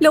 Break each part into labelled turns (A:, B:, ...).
A: Lo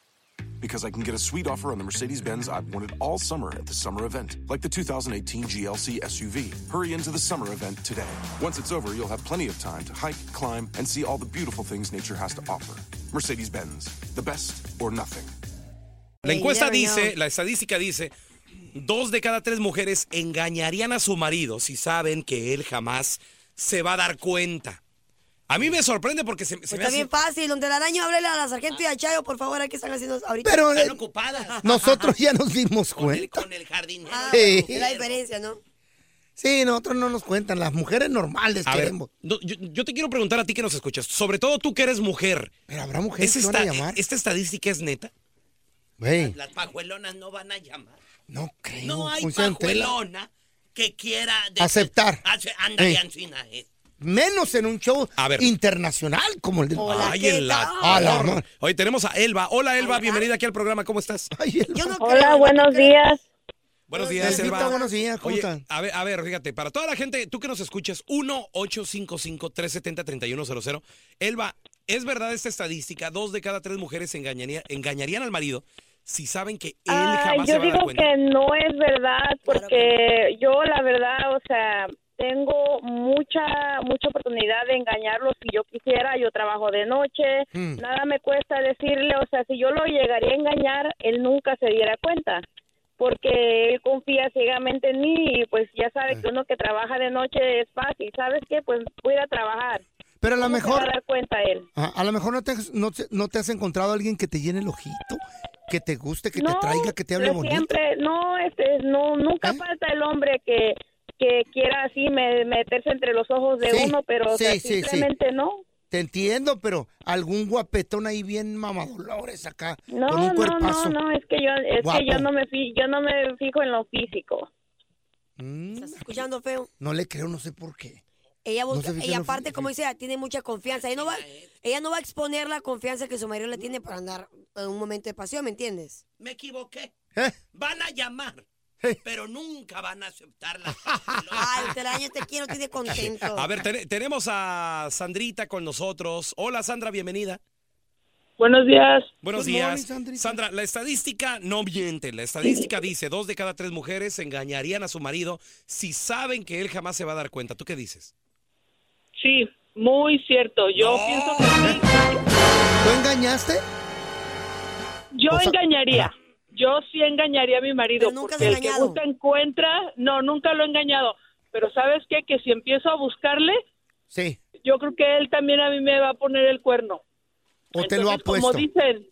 B: Because I can get a sweet offer on the Mercedes Benz I've wanted all summer at the summer event, like the 2018 GLC SUV. Hurry into the summer event today. Once it's over, you'll have plenty of time to hike, climb, and see all the beautiful things nature has to offer. Mercedes Benz, the best or nothing.
C: Yeah,
D: La
C: you
D: encuesta
C: never
D: dice,
C: know.
D: la estadística dice, dos de cada tres mujeres engañarían a su marido si saben que él jamás se va a dar cuenta. A mí me sorprende porque se, se
C: Pues
D: me
C: está
D: hace...
C: bien fácil, don Telaraño, háblele a la sargento y a Chayo, por favor, aquí están haciendo ahorita.
E: Pero
F: Están
E: eh,
F: ocupadas.
E: nosotros ya nos dimos cuenta.
F: Con el jardinero.
C: Ah,
E: Sí.
C: es la diferencia, ¿no?
E: Sí, nosotros no nos cuentan. Las mujeres normales
D: A ver,
E: queremos.
D: no, yo, yo te quiero preguntar a ti que nos escuchas, sobre todo tú que eres mujer.
E: Pero habrá mujeres
D: ¿es
E: que van a
D: esta-
E: llamar.
D: ¿Esta estadística es neta?
E: Güey,
F: Las pajuelonas no van a llamar.
E: no creo.
F: No hay
E: Ponce de Tela.
F: pajuelona que quiera... de-
E: Aceptar.
D: "Ah,
F: Ace- Ándale,
E: Eh.
F: Ancina. eh.
E: Menos en un show
D: A ver.
E: internacional como el del...
C: Hola.
D: Ay,
C: ¿qué
D: en la...
C: tal?
E: A la mar.
D: Oye, tenemos a Elba. Hola, Elba, bienvenida aquí al programa. ¿Cómo estás?
E: Ay, el-
C: Yo no
G: Hola,
C: creo,
G: buenos
C: no creo.
G: días.
D: Buenos
E: Elvita,
D: días, Elba.
E: buenos días, ¿cómo
D: Oye,
E: están?
D: A ver, a ver, fíjate, para toda la gente, tú que nos escuchas, 1-855-370-3100. Elba, ¿es verdad esta estadística? Dos de cada tres mujeres engañaría- engañarían al marido si saben que él
G: Ah,
D: jamás se
G: yo
D: va a dar
G: digo
D: cuenta.
G: que no es verdad porque yo la verdad, o sea, tengo mucha mucha oportunidad de engañarlo si yo quisiera, yo trabajo de noche,
D: Hmm.
G: nada me cuesta decirle, o sea, si yo lo llegaría a engañar, él nunca se diera cuenta porque él confía ciegamente en mí y pues ya sabe
D: Eh.
G: que uno que trabaja de noche es fácil, ¿sabes qué? Pues voy a ir a trabajar.
E: Pero a lo
G: ¿Cómo se va a
E: mejor...
G: dar cuenta él.
E: A, a lo mejor no te, has- no, te- no te has encontrado a alguien que te llene el ojito, que te guste, que te traiga, que te hable
G: yo
E: bonito.
G: Siempre, no, este, no, nunca
E: ¿Eh?
G: falta el hombre que, que quiera así me- meterse entre los ojos de
E: Sí,
G: uno, pero o sea,
E: sí, sí, sí.
G: simplemente no.
E: Te entiendo, pero algún guapetón ahí bien mamadolores acá,
G: No,
E: con un
G: no,
E: cuerpazo.
G: no, no, es que yo, es
E: Guapo.
G: que yo no me, fi- yo no me fijo en lo físico.
E: Mm,
C: Estás escuchando feo.
E: no le creo, no sé por qué.
C: Ella
E: No
C: busca,
E: se fija
C: ella
E: en lo
C: aparte,
E: físico.
C: como dice, tiene mucha confianza. Ella no va, ella no va a exponer la confianza que su marido le tiene para andar en un momento de pasión, ¿me entiendes?
F: Me equivoqué.
E: ¿Eh?
F: Van a llamar,
E: Eh.
F: pero nunca van a aceptar la
C: Ay, usted año te quiero, estoy de contento.
D: A
E: ah.
D: ver, ten- tenemos a Sandrita con nosotros. Hola, Sandra, bienvenida.
G: Buenos días.
D: Buenos
E: Good
D: días.
E: morning, Sandrita.
D: Sandra, la estadística no miente. La estadística dice, dos de cada tres mujeres engañarían a su marido si saben que él jamás se va a dar cuenta. ¿Tú qué dices?
G: Sí, muy cierto. Yo pienso que
E: ¿Tú engañaste?
G: yo
E: O sea-
G: engañaría. Yo sí engañaría a mi marido.
C: Pero nunca has
G: porque el que
C: engañado.
G: busca encuentra. No, nunca lo he engañado. Pero ¿sabes qué? Que si empiezo a buscarle,
E: Sí.
G: yo creo que él también a mí me va a poner el cuerno.
E: ¿O te lo ha
G: Entonces,
E: puesto?
G: Como dicen,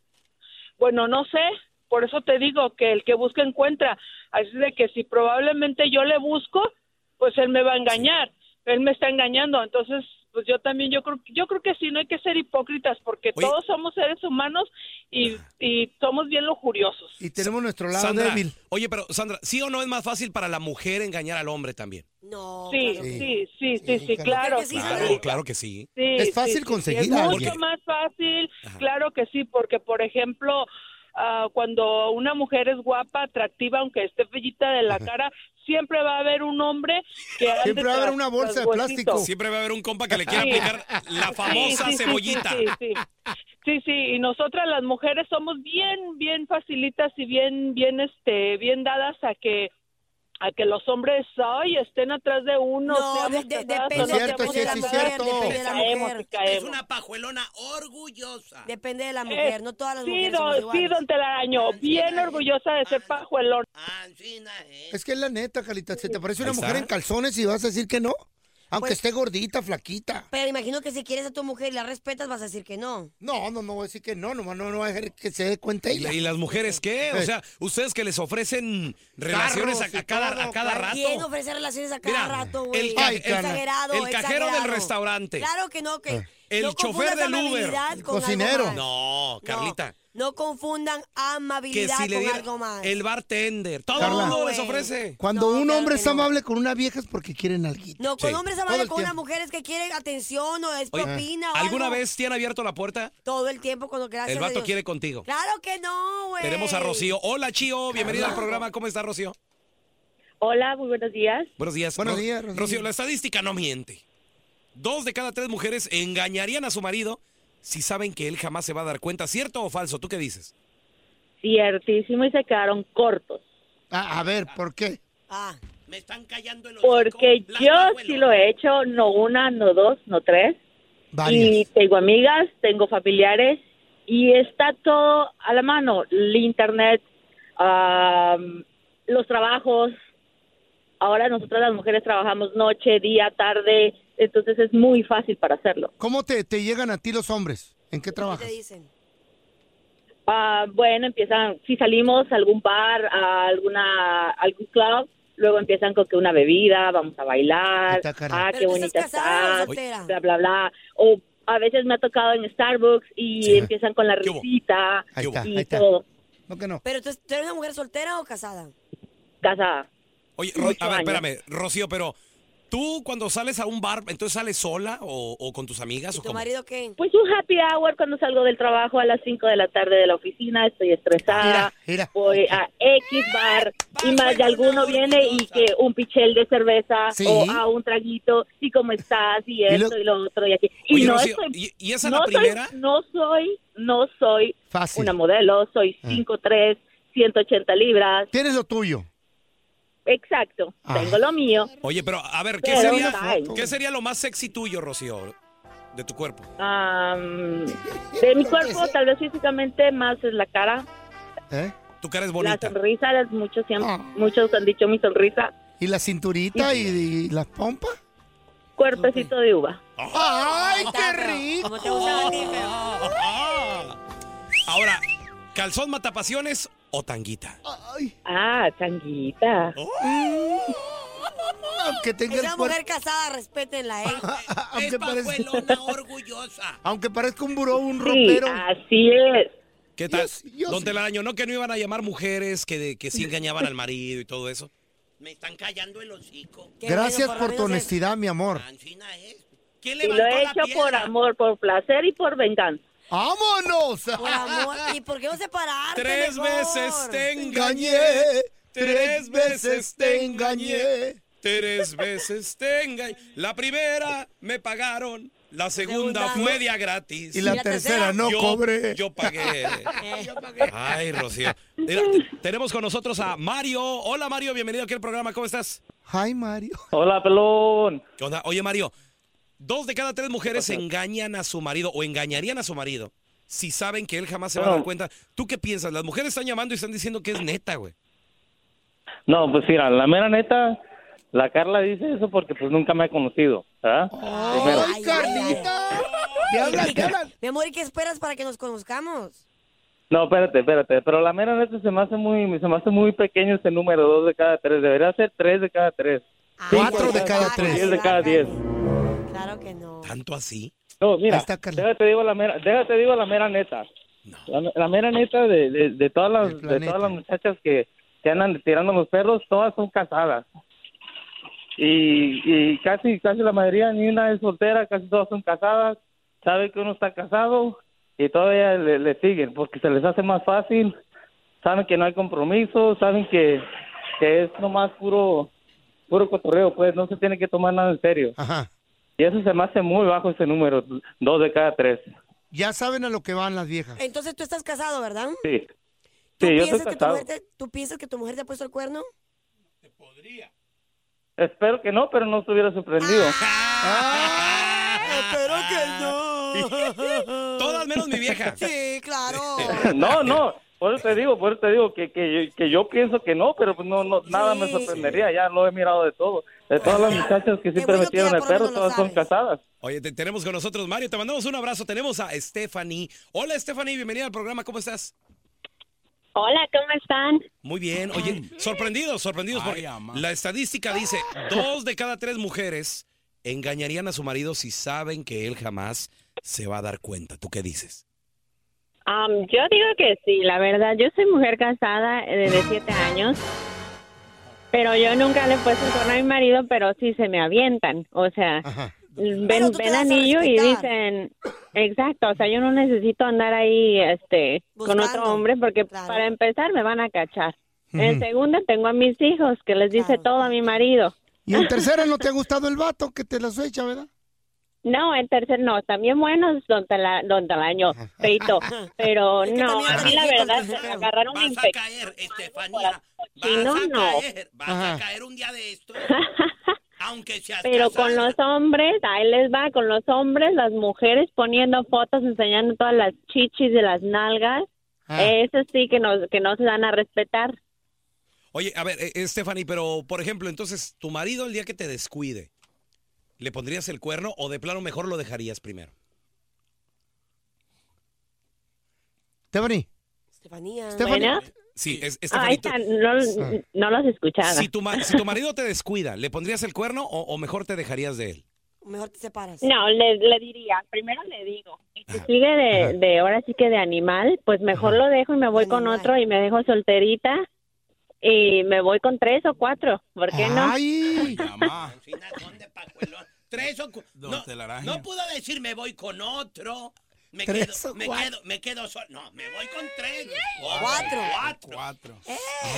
G: bueno, no sé, por eso te digo que el que busca encuentra. Así de que si probablemente yo le busco, pues él me va a engañar. él me está engañando. Entonces, pues yo también, yo creo, yo creo que sí, no hay que ser hipócritas porque
D: Oye.
G: todos somos seres humanos y, y somos bien lujuriosos.
E: Y tenemos nuestro lado
D: Sandra,
E: débil.
D: oye, pero Sandra, ¿sí o no es más fácil para la mujer engañar al hombre también?
C: No.
G: Sí,
C: Oh, claro que no.
G: sí, sí,
E: Sí,
G: sí, sí,
E: claro.
G: claro.
C: Porque sí,
G: claro.
C: Sandra.
D: claro que sí.
G: Sí,
E: Es
G: sí,
E: fácil
G: sí, sí,
E: conseguir
G: es
E: a
G: mucho
E: alguien.
G: más fácil,
D: Ajá.
G: claro que sí, porque por ejemplo, ah, cuando una mujer es guapa, atractiva, aunque esté fellita de la cara, siempre va a haber un hombre que ande
E: Siempre va a haber
G: tras-
E: una bolsa
G: tras
E: de plástico.
G: huesito.
D: Siempre va a haber un compa que le quiera
G: Sí.
D: aplicar la famosa
G: Sí, sí, sí,
D: cebollita.
G: Sí sí, Sí, sí, y nosotras las mujeres somos bien, bien facilitas y bien, bien, este, bien dadas a que a que los hombres ay estén atrás de uno.
C: No,
G: seamos
C: de- de-
G: casadas o
C: depende,
G: no
E: cierto,
G: seamos
E: sí,
C: depende de la mujer,
E: sí,
G: casadas,
E: cierto.
C: depende de la
G: caemos
C: mujer.
G: y caemos.
F: Es una pajuelona orgullosa.
C: Depende de la mujer, no todas las
G: Sí,
C: mujeres somos
G: don, sí,
C: iguales.
G: don Telaraño, bien orgullosa de ser pajuelón.
D: Ah,
F: Ancina, eh.
E: Es que es la neta, Carlita. Si te parece una
D: Ahí está.
E: mujer en calzones y vas a decir que no, aunque
C: Pues-
E: esté gordita, flaquita.
C: Pero imagino que si quieres a tu mujer y la respetas, vas a decir que no.
E: No, no, no voy a decir que no, nomás no, no voy a dejar que se dé cuenta
D: ¿Y,
E: ella.
D: la- y las mujeres qué? O
E: Eh.
D: sea, ustedes que les ofrecen relaciones a,
E: Carros y
D: a cada, a
E: todo,
D: cada
E: claro.
D: rato.
C: ¿Quién ofrece relaciones a cada
D: Mira,
C: rato, güey?
D: el ca-
E: Ay, el-
C: exagerado,
D: el cajero del
C: exagerado.
D: restaurante.
C: Claro que no, que
D: El
C: no
D: chofer
C: confundas
D: del Uber.
C: amabilidad
E: Ah. El
C: con algo
E: cocinero.
C: más.
D: No, Carlita.
C: No, confundan
D: Que
C: amabilidad
D: si le
C: con
D: diera
C: algo más.
D: el bartender. Todo el
E: Carla.
D: mundo les
C: Güey.
D: ofrece.
E: Cuando
C: No,
E: un
C: claro
E: hombre
C: que
E: es
C: no.
E: amable con una vieja es porque quieren alguien.
C: No, con
D: Sí.
C: hombres
E: Todo
C: amables
E: el
C: con una
E: tiempo.
C: mujer es que quieren atención o es
D: Oye,
C: propina o
D: ¿Alguna
C: algo.
D: vez te han abierto la puerta?
C: Todo el tiempo cuando gracias
D: el
C: a
D: vato
C: Dios.
D: quiere contigo.
C: Claro que no, güey.
D: Tenemos a Rocío. Hola, Chío. Bienvenida al programa. ¿Cómo está, Rocío?
G: Hola, muy buenos días.
D: Buenos días.
E: Buenos días, Rocío.
D: Rocío, la estadística no miente. Dos de cada tres mujeres engañarían a su marido si saben que él jamás se va a dar cuenta. ¿Cierto o falso? ¿Tú qué dices?
G: Ciertísimo, y se quedaron cortos.
E: A, a ver, ¿por qué?
C: Ah,
F: Me están callando el hocico.
G: Porque
F: Las
G: yo
F: pajuelonas.
G: sí lo he hecho, no una, no dos, no tres. Y
E: Varias.
G: tengo amigas, tengo familiares y está todo a la mano. El internet, am, los trabajos. Ahora nosotras las mujeres trabajamos noche, día, tarde, entonces es muy fácil para hacerlo.
E: ¿Cómo te, te llegan a ti los hombres? ¿En qué
C: ¿qué
E: trabajas?
C: te dicen?
G: Ah, bueno, empiezan, si salimos a algún bar, a alguna, algún club, luego empiezan con que una bebida, vamos a
E: Ahí
G: bailar,
E: está, Carla.
G: ah,
C: ¿Pero
G: qué
C: tú estás
G: bonita
C: casada o
G: estás,
C: soltera?
G: bla, bla, bla. O a veces me ha tocado en Starbucks y
E: Sí.
G: empiezan con la
D: ¿Qué hubo?
G: risita
E: Ahí está, ahí
G: y
E: está.
G: todo,
E: No que no.
C: ¿Pero tú, tú eres una mujer soltera o casada?
G: casada.
D: Oye, Ro-
G: Ocho
D: a ver,
G: años.
D: espérame, Rocío, pero tú cuando sales a un bar, entonces sales sola o, o con tus amigas
C: ¿Y
D: o
C: tu
D: cómo?
C: marido qué?
G: Pues un happy hour cuando salgo del trabajo a las 5 de la tarde de la oficina, estoy estresada,
E: Mira, mira.
G: voy a X bar y más de alguno viene y que un pichel de cerveza
E: Sí.
G: o a un traguito y cómo estás y
E: Y lo-
G: esto y lo otro y aquí. Y
D: Oye,
G: no
D: Rocío,
G: estoy-
D: ¿y, y esa es
G: no
D: la
G: soy-
D: primera?
G: no soy, no soy
E: Fácil.
G: una modelo, soy
E: Ah.
G: 5'3", 180 libras,
E: Tienes lo tuyo.
G: exacto,
E: Ah.
G: tengo lo mío.
D: Oye, pero a ver, ¿qué
G: Pero
D: sería,
G: una foto.
D: ¿qué sería lo más sexy tuyo, Rocío, de tu cuerpo?
G: Am, de mi
E: Lo que
G: cuerpo,
E: sea.
G: tal vez físicamente más es la cara,
E: ¿eh?
D: Tu cara es
G: la
D: bonita.
G: sonrisa, es mucho, siempre-
E: Ah.
G: muchos han dicho mi sonrisa,
E: ¿Y la cinturita y, y las pompas?
G: cuerpecito de uva.
E: ¡Ay, qué
C: Como
E: rico!
C: te gusta a ti, feo.
D: Ahora, ¿calzón matapasiones o tanguita?
E: Ay,
G: Ah, tanguita.
E: aunque Ah, tenga
C: Es
E: el
C: Pues una
E: cuerpo-
C: mujer casada, respétenla, ¿eh?
F: Es
E: Aunque parezca,
F: pajuelona orgullosa.
E: aunque parezca un buró, un
G: Sí,
E: ropero.
G: así es.
D: ¿Qué tal?
E: Yo sí, yo
D: Don
E: sí.
D: Telaraño, ¿no que no iban a llamar mujeres que, de- que sí engañaban al marido y todo eso?
F: Me están callando el hocico.
C: Qué
E: Gracias
C: bueno,
E: por
C: lo menos
E: tu
C: es-
E: honestidad, mi amor.
F: Ancina es. ¿Quién
G: Y lo
F: levantó
G: he
F: la
G: hecho por
F: piedra?
G: amor, por placer y por venganza.
E: ¡Vámonos!
C: Por amor. ¿Y por qué no separarte?
D: Tres
C: mejor?
D: veces te engañé. Tres veces te engañé. Tres veces te engañé. La primera me pagaron. La segunda
C: Segunda.
D: fue día gratis.
E: Y la tercera no
D: yo,
E: cobre.
D: Yo pagué. Ay, Rocío. Mira, te- tenemos con nosotros a Mario. Hola, Mario. Bienvenido aquí al programa. ¿Cómo estás?
E: Ay, Mario.
H: Hola, pelón.
D: ¿Qué onda? Oye, Mario. Dos de cada tres mujeres engañan a su marido o engañarían a su marido si saben que él jamás se va a dar
H: Bueno.
D: cuenta. ¿Tú qué piensas? Las mujeres están llamando y están diciendo que es neta, güey.
H: No, pues mira, la mera neta, la Carla dice eso porque pues nunca me ha conocido, ¿verdad? Primero.
E: ¡Ay, Carlita! ¿Qué hablan? ¿Qué hablan?
C: Mi amor, ¿y qué esperas para que nos conozcamos?
H: No, espérate, espérate, pero la este mera neta se me hace muy, se me hace muy pequeño ese número dos de cada tres, debería ser tres de cada tres.
E: Cuatro de cada tres.
H: Diez de cada diez.
C: Claro que no.
D: ¿Tanto así?
H: No, mira,
E: Ahí está, Carla.
H: déjate digo la mera, déjate digo la mera neta. La, la mera neta de, de, de todas las de todas las muchachas que, que andan tirando los perros, todas son casadas. Y, y casi casi la mayoría ni una es soltera, casi todas son casadas. Sabe que uno está casado y todavía le, le siguen porque se les hace más fácil. Saben que no hay compromiso, saben que, que es nomás puro puro cotorreo, pues no se tiene que tomar nada en serio. Y eso se me hace muy bajo ese número, dos de cada tres.
E: Ya saben a lo que van las viejas.
C: Entonces tú estás casado, ¿verdad?
H: Sí.
C: ¿Tú,
H: Sí, yo
C: piensas
H: estoy
C: que tu
H: casado.
C: mujer te, ¿Tú piensas que tu mujer te ha puesto el cuerno?
H: Espero que no, pero no estuviera sorprendido.
E: Ah,
C: Espero que no.
D: Todas menos mi vieja.
C: Sí, claro.
H: no, no. Por eso te digo, por eso te digo que, que, yo- que yo pienso que no, pero pues no, no nada me sorprendería. Ya lo he mirado de todo. De todas las muchachas que sí permitieron el perro, todas son casadas.
D: Oye, te- tenemos con nosotros, Mario, te mandamos un abrazo. Tenemos a Stephanie. Hola, Stephanie, bienvenida al programa. ¿Cómo estás?
I: Hola, ¿cómo están?
D: Muy bien. Oye, sorprendidos, sorprendidos porque la estadística dice dos de cada tres mujeres engañarían a su marido si saben que él jamás se va a dar cuenta. ¿Tú qué dices?
I: Am, um, yo digo que sí, la verdad. Yo soy mujer casada eh, desde siete años, pero yo nunca le he puesto el cuerno a mi marido, pero sí se me avientan. O sea, ven, ven anillo y dicen, exacto, o sea, yo no necesito andar ahí este, con otro hombre porque para empezar me van a cachar. En
E: Ujú.
I: segunda tengo a mis hijos que les dice todo a mi marido.
E: Y en tercera, ¿no te ha gustado el vato que te las echa, verdad?
I: No, en tercer no, también buenos don, Tala- don Talaño, Peito, pero no, a mí la verdad se me agarraron
F: Vas a caer, Estefanía. Vas
I: pues, Si no,
F: a
I: no.
F: caer. Vas a caer un día de esto. Aunque seas
I: Pero
F: casada.
I: con los hombres, ahí les va, con los hombres, las mujeres poniendo fotos, enseñando todas las chichis de las nalgas, eso sí que, nos, que no se dan a respetar.
D: Oye, a ver, eh, eh, Stephanie, pero por ejemplo, entonces, tu marido el día que te descuide, ¿le pondrías el cuerno o de plano mejor lo dejarías primero?
E: Stephanie.
C: Estefanía.
I: Bueno,
D: Sí, es,
I: ahí
D: Stephanie, tú-
I: está, no,
D: Ah.
I: no los
E: Ah.
I: escuchaba.
D: si, tu ma- si tu marido te descuida, ¿le pondrías el cuerno o, o mejor te dejarías de él?
C: Mejor te separas.
I: No, le, le diría, primero le digo. Y si sigue de, de ahora sí que de animal, pues mejor lo dejo y me voy con otro y me dejo solterita y me voy con tres o cuatro, ¿por qué
D: Ah.
I: no?
E: Ay,
F: mamá. Tres o cu- no, no pudo decir me voy con otro. Me
E: Tres
F: quedo,
E: o
F: me
E: cuatro.
F: quedo, me quedo solo. No, me voy con tres.
C: Cuatro.
F: Cuatro.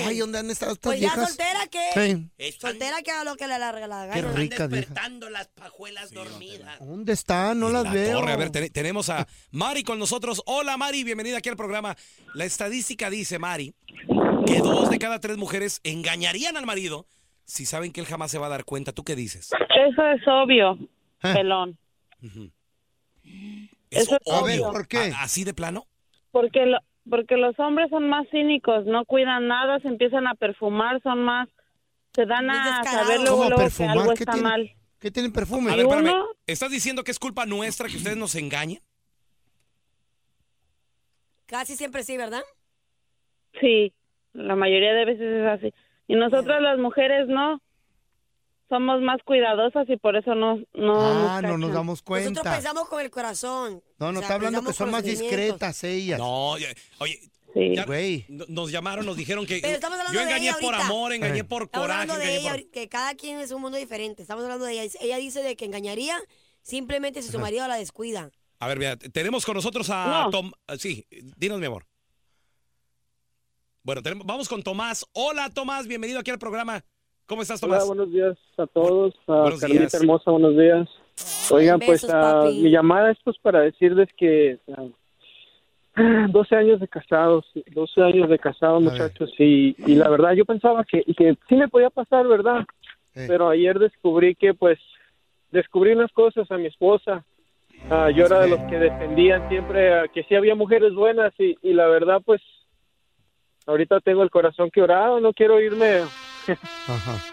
E: Ay, ¿dónde han estado estas
C: Pues ya
E: viejas?
C: soltera que.
E: Sí.
C: Soltera que haga lo que le larga la gana.
E: Qué ricas viejas.
F: Dando las pajuelas dormidas.
E: ¿Dónde están? No las
D: La
E: veo.
D: torre. A ver, ten- tenemos a Mari con nosotros. Hola, Mari, bienvenida aquí al programa. La estadística dice, Mari, que dos de cada tres mujeres engañarían al marido si saben que él jamás se va a dar cuenta. ¿Tú qué dices?
J: Eso es obvio,
E: Ah.
J: pelón.
D: Ujú.
J: Eso es
D: obvio.
J: A ver, ¿por qué?
D: ¿A- ¿Así de plano?
J: Porque, lo- porque los hombres son más cínicos, no cuidan nada, se empiezan a perfumar, son más... Se dan a saber luego,
E: ¿Cómo
J: luego que
E: perfumar?
J: algo
E: ¿Qué
J: está
E: tiene-
J: mal.
E: ¿Qué tienen perfume?
D: A ver, espérame. ¿Estás diciendo que es culpa nuestra que ustedes nos engañen?
C: Casi siempre sí, ¿verdad?
J: Sí, la mayoría de veces es así. Y nosotras las mujeres no. Somos más cuidadosas y por eso no... no
E: Ah, no
J: cachan.
E: nos damos cuenta.
C: Nosotros pensamos con el corazón.
E: No, no
C: O sea,
E: está hablando que
C: pensamos
E: son
C: con
E: más
C: los sentimientos.
E: discretas ellas.
D: No, ya- oye. ya- no- Nos llamaron, nos dijeron que
C: Pero estamos hablando
D: yo
C: de
D: engañé
C: ella
D: por
C: ahorita.
D: amor, engañé
E: Eh.
D: por
C: Estamos
D: coraje,
C: hablando de
D: engañé
C: ella,
D: por...
C: que cada quien es un mundo diferente. Estamos hablando de ella. Ella dice de que engañaría simplemente si su
D: Ajá.
C: marido la descuida.
D: A ver, mira, tenemos con nosotros a
C: No.
D: Tom. ah, Sí, dinos, mi amor. Bueno, tenemos- vamos con Tomás. Hola, Tomás, bienvenido aquí al programa. ¿Cómo estás, Tomás?
K: Hola, buenos días a todos. A
D: Buenos
K: Carlita
D: días.
K: hermosa, buenos días. Oigan, pues
D: Besos,
K: ah,
D: papi.
K: mi llamada es pues para decirles que ah, 12 años de casados, 12 años de casados, muchachos, y, y la verdad yo pensaba que, y que sí me podía pasar, ¿verdad? Pero ayer descubrí que pues descubrí unas cosas a mi esposa. Ah, yo era de los que defendían siempre ah, que sí había mujeres buenas y, y la verdad pues ahorita tengo el corazón quebrado, no quiero irme.
E: Ajá.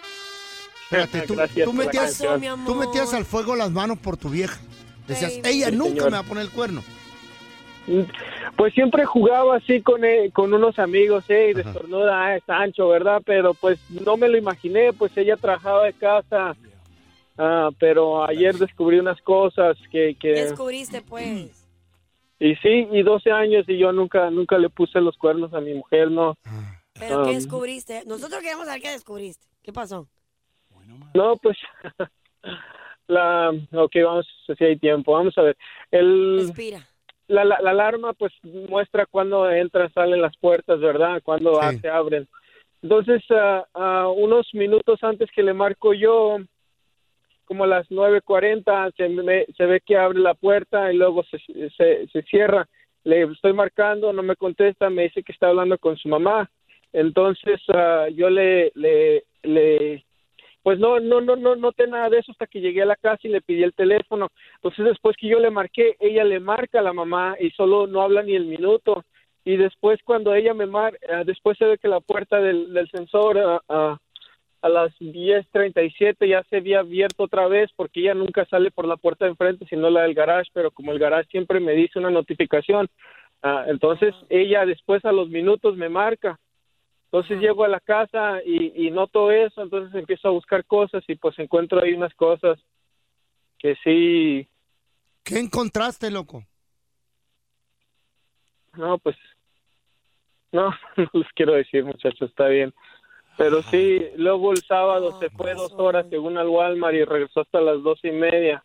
E: Espérate, tú,
K: Gracias
E: tú
K: por la
E: metías,
K: canción. Pasó, mi
E: tú
K: amor.
E: metías al fuego las manos por tu vieja. Decías,
K: Baby.
E: ella
K: Sí,
E: nunca
K: señor.
E: me va a poner el cuerno.
K: Pues siempre jugaba así con, eh, con unos amigos, ¿eh? Y destornuda, ah, es Sancho, ¿verdad? Pero pues no me lo imaginé, pues ella trabajaba de casa. Ah, pero ayer descubrí unas cosas que... que...
C: ¿Qué descubriste, pues?
K: Y sí, y 12 años y yo nunca nunca le puse los cuernos a mi mujer, no.
C: Ah. ¿Pero
K: Um,
C: qué descubriste? Nosotros queremos saber qué descubriste. ¿Qué pasó?
K: No, pues la ok, vamos, si hay tiempo, vamos a ver. El
C: Respira.
K: la, la- la alarma pues muestra cuando entran, salen las puertas, ¿verdad? Cuando ah, se abren. Entonces, ah, ah, unos minutos antes que le marco yo, como a las 9.40, se, me- se ve que abre la puerta y luego se, se- se cierra. Le estoy marcando, no me contesta, me dice que está hablando con su mamá. Entonces, ah, yo le, le, le- pues no, no, no, no, noté nada de eso hasta que llegué a la casa y le pedí el teléfono. Entonces, después que yo le marqué, ella le marca a la mamá y solo no habla ni el minuto. Y después, cuando ella me marca, después se ve que la puerta del, del sensor ah, ah, a las 10:37 ya se había abierto otra vez porque ella nunca sale por la puerta de enfrente, sino la del garage, pero como el garage siempre me dice una notificación, ah, entonces ella después a los minutos me marca. Entonces llego a la casa y, y noto eso, entonces empiezo a buscar cosas y pues encuentro ahí unas cosas que sí,
E: ¿Qué encontraste, loco?
K: no, pues no, no les quiero decir muchachos, está bien. Pero sí, luego el sábado se fue dos horas según al Walmart y regresó hasta las dos y media.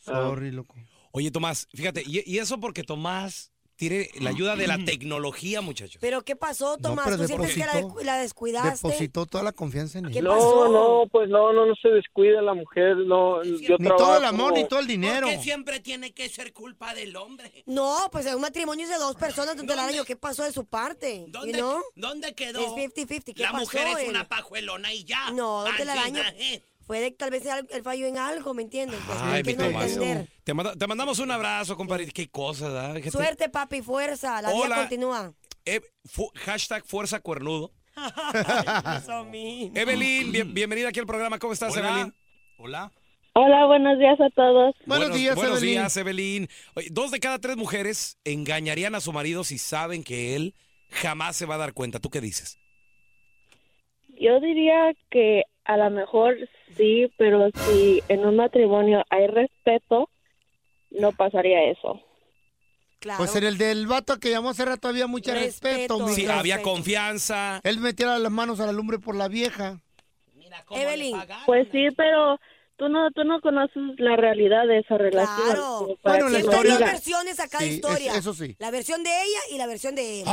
E: Sorry, loco.
D: Oye, Tomás, fíjate, y, y eso porque Tomás tiene la ayuda de la tecnología, muchachos.
C: ¿Pero qué pasó, Tomás?
E: pero
C: ¿Tú sientes que la,
E: depositó-
C: descu- la descuidaste?
E: Depositó toda la confianza en ella.
K: no, no, pues no, no, no se descuida la mujer, no, yo
E: Ni todo el
K: trabajo-
E: amor, ni todo el dinero.
F: Porque siempre tiene que ser culpa del hombre.
C: No, pues en un matrimonio es de dos personas donde la daño. ¿Qué pasó de su parte?
F: ¿Dónde,
C: ¿Y no?
F: ¿dónde quedó?
C: Es 50-50. ¿Qué
F: la
C: pasó,
F: mujer es
C: él?
F: una pajuelona y ya.
C: No, ¿dónde la
F: Así,
C: daño?
F: eh.
C: Fue de, tal vez al- él falló en algo, ¿me entiendes? Pues,
D: Ay, mi
C: quiero
D: Tomás.
C: entender.
D: Te, manda- te mandamos un abrazo, compadre. Qué cosa, ¿verdad? Fíjate.
C: Suerte, papi, fuerza. La
D: Hola.
C: vida continúa.
D: Eh, fu- hashtag fuerza cuernudo.
C: Son mí.
D: Evelyn, bien- bienvenida aquí al programa. ¿Cómo estás, Evelyn? Hola.
L: Hola, buenos días a todos.
D: buenos días, Evelyn. Oye, dos de cada tres mujeres engañarían a su marido si saben que él jamás se va a dar cuenta. ¿Tú qué dices?
L: Yo diría que a lo mejor sí, pero si en un matrimonio hay respeto, no pasaría eso.
E: Pues en el del vato que llamó hace rato había mucho respeto.
D: Sí,
E: mientras
D: había confianza.
E: Él metiera las manos a la lumbre por la vieja.
C: Evelyn.
L: Pues sí, pero tú no tú no conoces la realidad de esa relación. como para
C: Bueno,
L: que
C: la
L: lo
C: historia.
L: digas.
C: versiones a cada
L: Sí, es-
C: historia.
L: eso sí.
C: La versión de ella y la versión de él.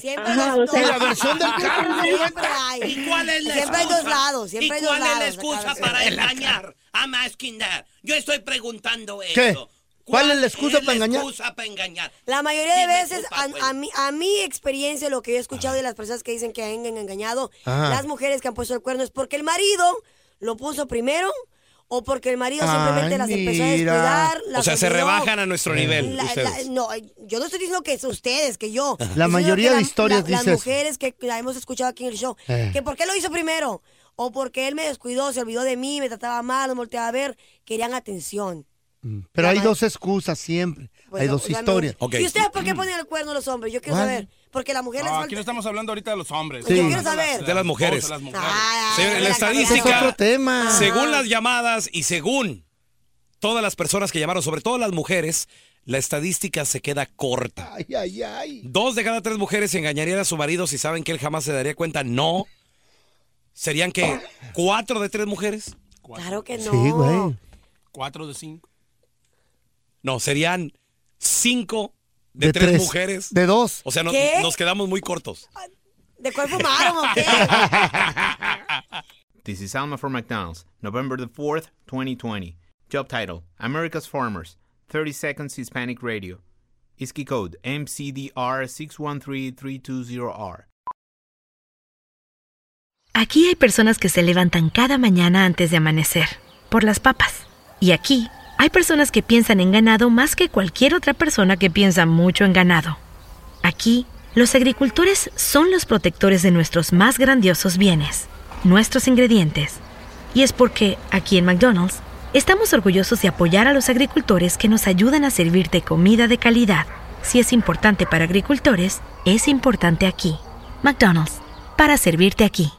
C: Siempre
L: Ajá,
C: las
L: o
C: dos.
L: sea- Y la versión del carro, ¿no?
C: Siempre hay.
F: ¿Y cuál es la
C: Siempre hay
F: excusa?
C: dos lados.
F: ¿Y
C: Siempre hay dos
F: cuál es
C: lados.
F: la excusa para engañar a Maskindar? Yo estoy preguntando
E: ¿Qué?
F: eso.
E: ¿Cuál es la excusa para engañar?
F: excusa para engañar?
C: La mayoría de veces, a, a mi, a mi experiencia, lo que yo he escuchado de las personas que dicen que han engañado,
E: Ajá.
C: las mujeres que han puesto el cuerno es porque el marido lo puso primero o porque el marido simplemente
D: Ay,
C: las empezó a
D: mira.
C: descuidar.
D: O
C: las
D: sea, se
C: olvidó.
D: rebajan a nuestro nivel, ustedes.
C: no, yo no estoy diciendo que es ustedes, que yo. Estoy diciendo
E: mayoría
C: que
E: de historias
C: la- Las
E: dice eso.
C: mujeres que la hemos escuchado aquí en el show,
E: Eh.
C: que por qué lo hizo primero o porque él me descuidó, se olvidó de mí, me trataba mal, no me volteaba a ver, querían atención. Pues,
E: Pero hay dos excusas siempre.
C: Bueno,
E: hay dos
C: oigan,
E: historias.
C: ¿Y ustedes por qué ponen el cuerno a los hombres? Yo quiero
E: ¿Cuál?
C: saber. Porque la
D: Ah,
C: mujer les
M: No,
C: falta...
M: aquí no estamos hablando ahorita de los hombres.
E: Sí. Yo
C: quiero saber.
D: De las mujeres.
M: De las mujeres.
D: Señores, la
E: Ese es
D: estadística,
E: otro tema.
D: según las llamadas y según todas las personas que llamaron, sobre todo las mujeres, la estadística se queda corta.
E: Ay, ay, ay.
D: Dos de cada tres mujeres engañarían a su marido si saben que él jamás se daría cuenta. No. ¿Serían que cuatro de tres mujeres?
C: Claro que
D: no.
E: Sí, güey.
M: Cuatro de cinco.
D: No, serían cinco de,
E: De
D: tres,
E: tres.
D: mujeres.
E: De dos.
D: O sea, no-
C: ¿Qué?
D: nos quedamos muy cortos.
C: ¿De cuál fumaron o qué?
N: This is Alma for McDonald's, November the 4th, 2020. Job title America's Farmers, 30 Seconds Hispanic Radio. ISKI code MCDR613320R.
O: Aquí hay personas que se levantan cada mañana antes de amanecer, por las papas. Y aquí hay personas que piensan en ganado más que cualquier otra persona que piensa mucho en ganado. Aquí, los agricultores son los protectores de nuestros más grandiosos bienes, nuestros ingredientes. Y es porque, aquí en McDonald's, estamos orgullosos de apoyar a los agricultores que nos ayudan a servirte comida de calidad, Si es importante para agricultores, es importante aquí. McDonald's, para servirte aquí.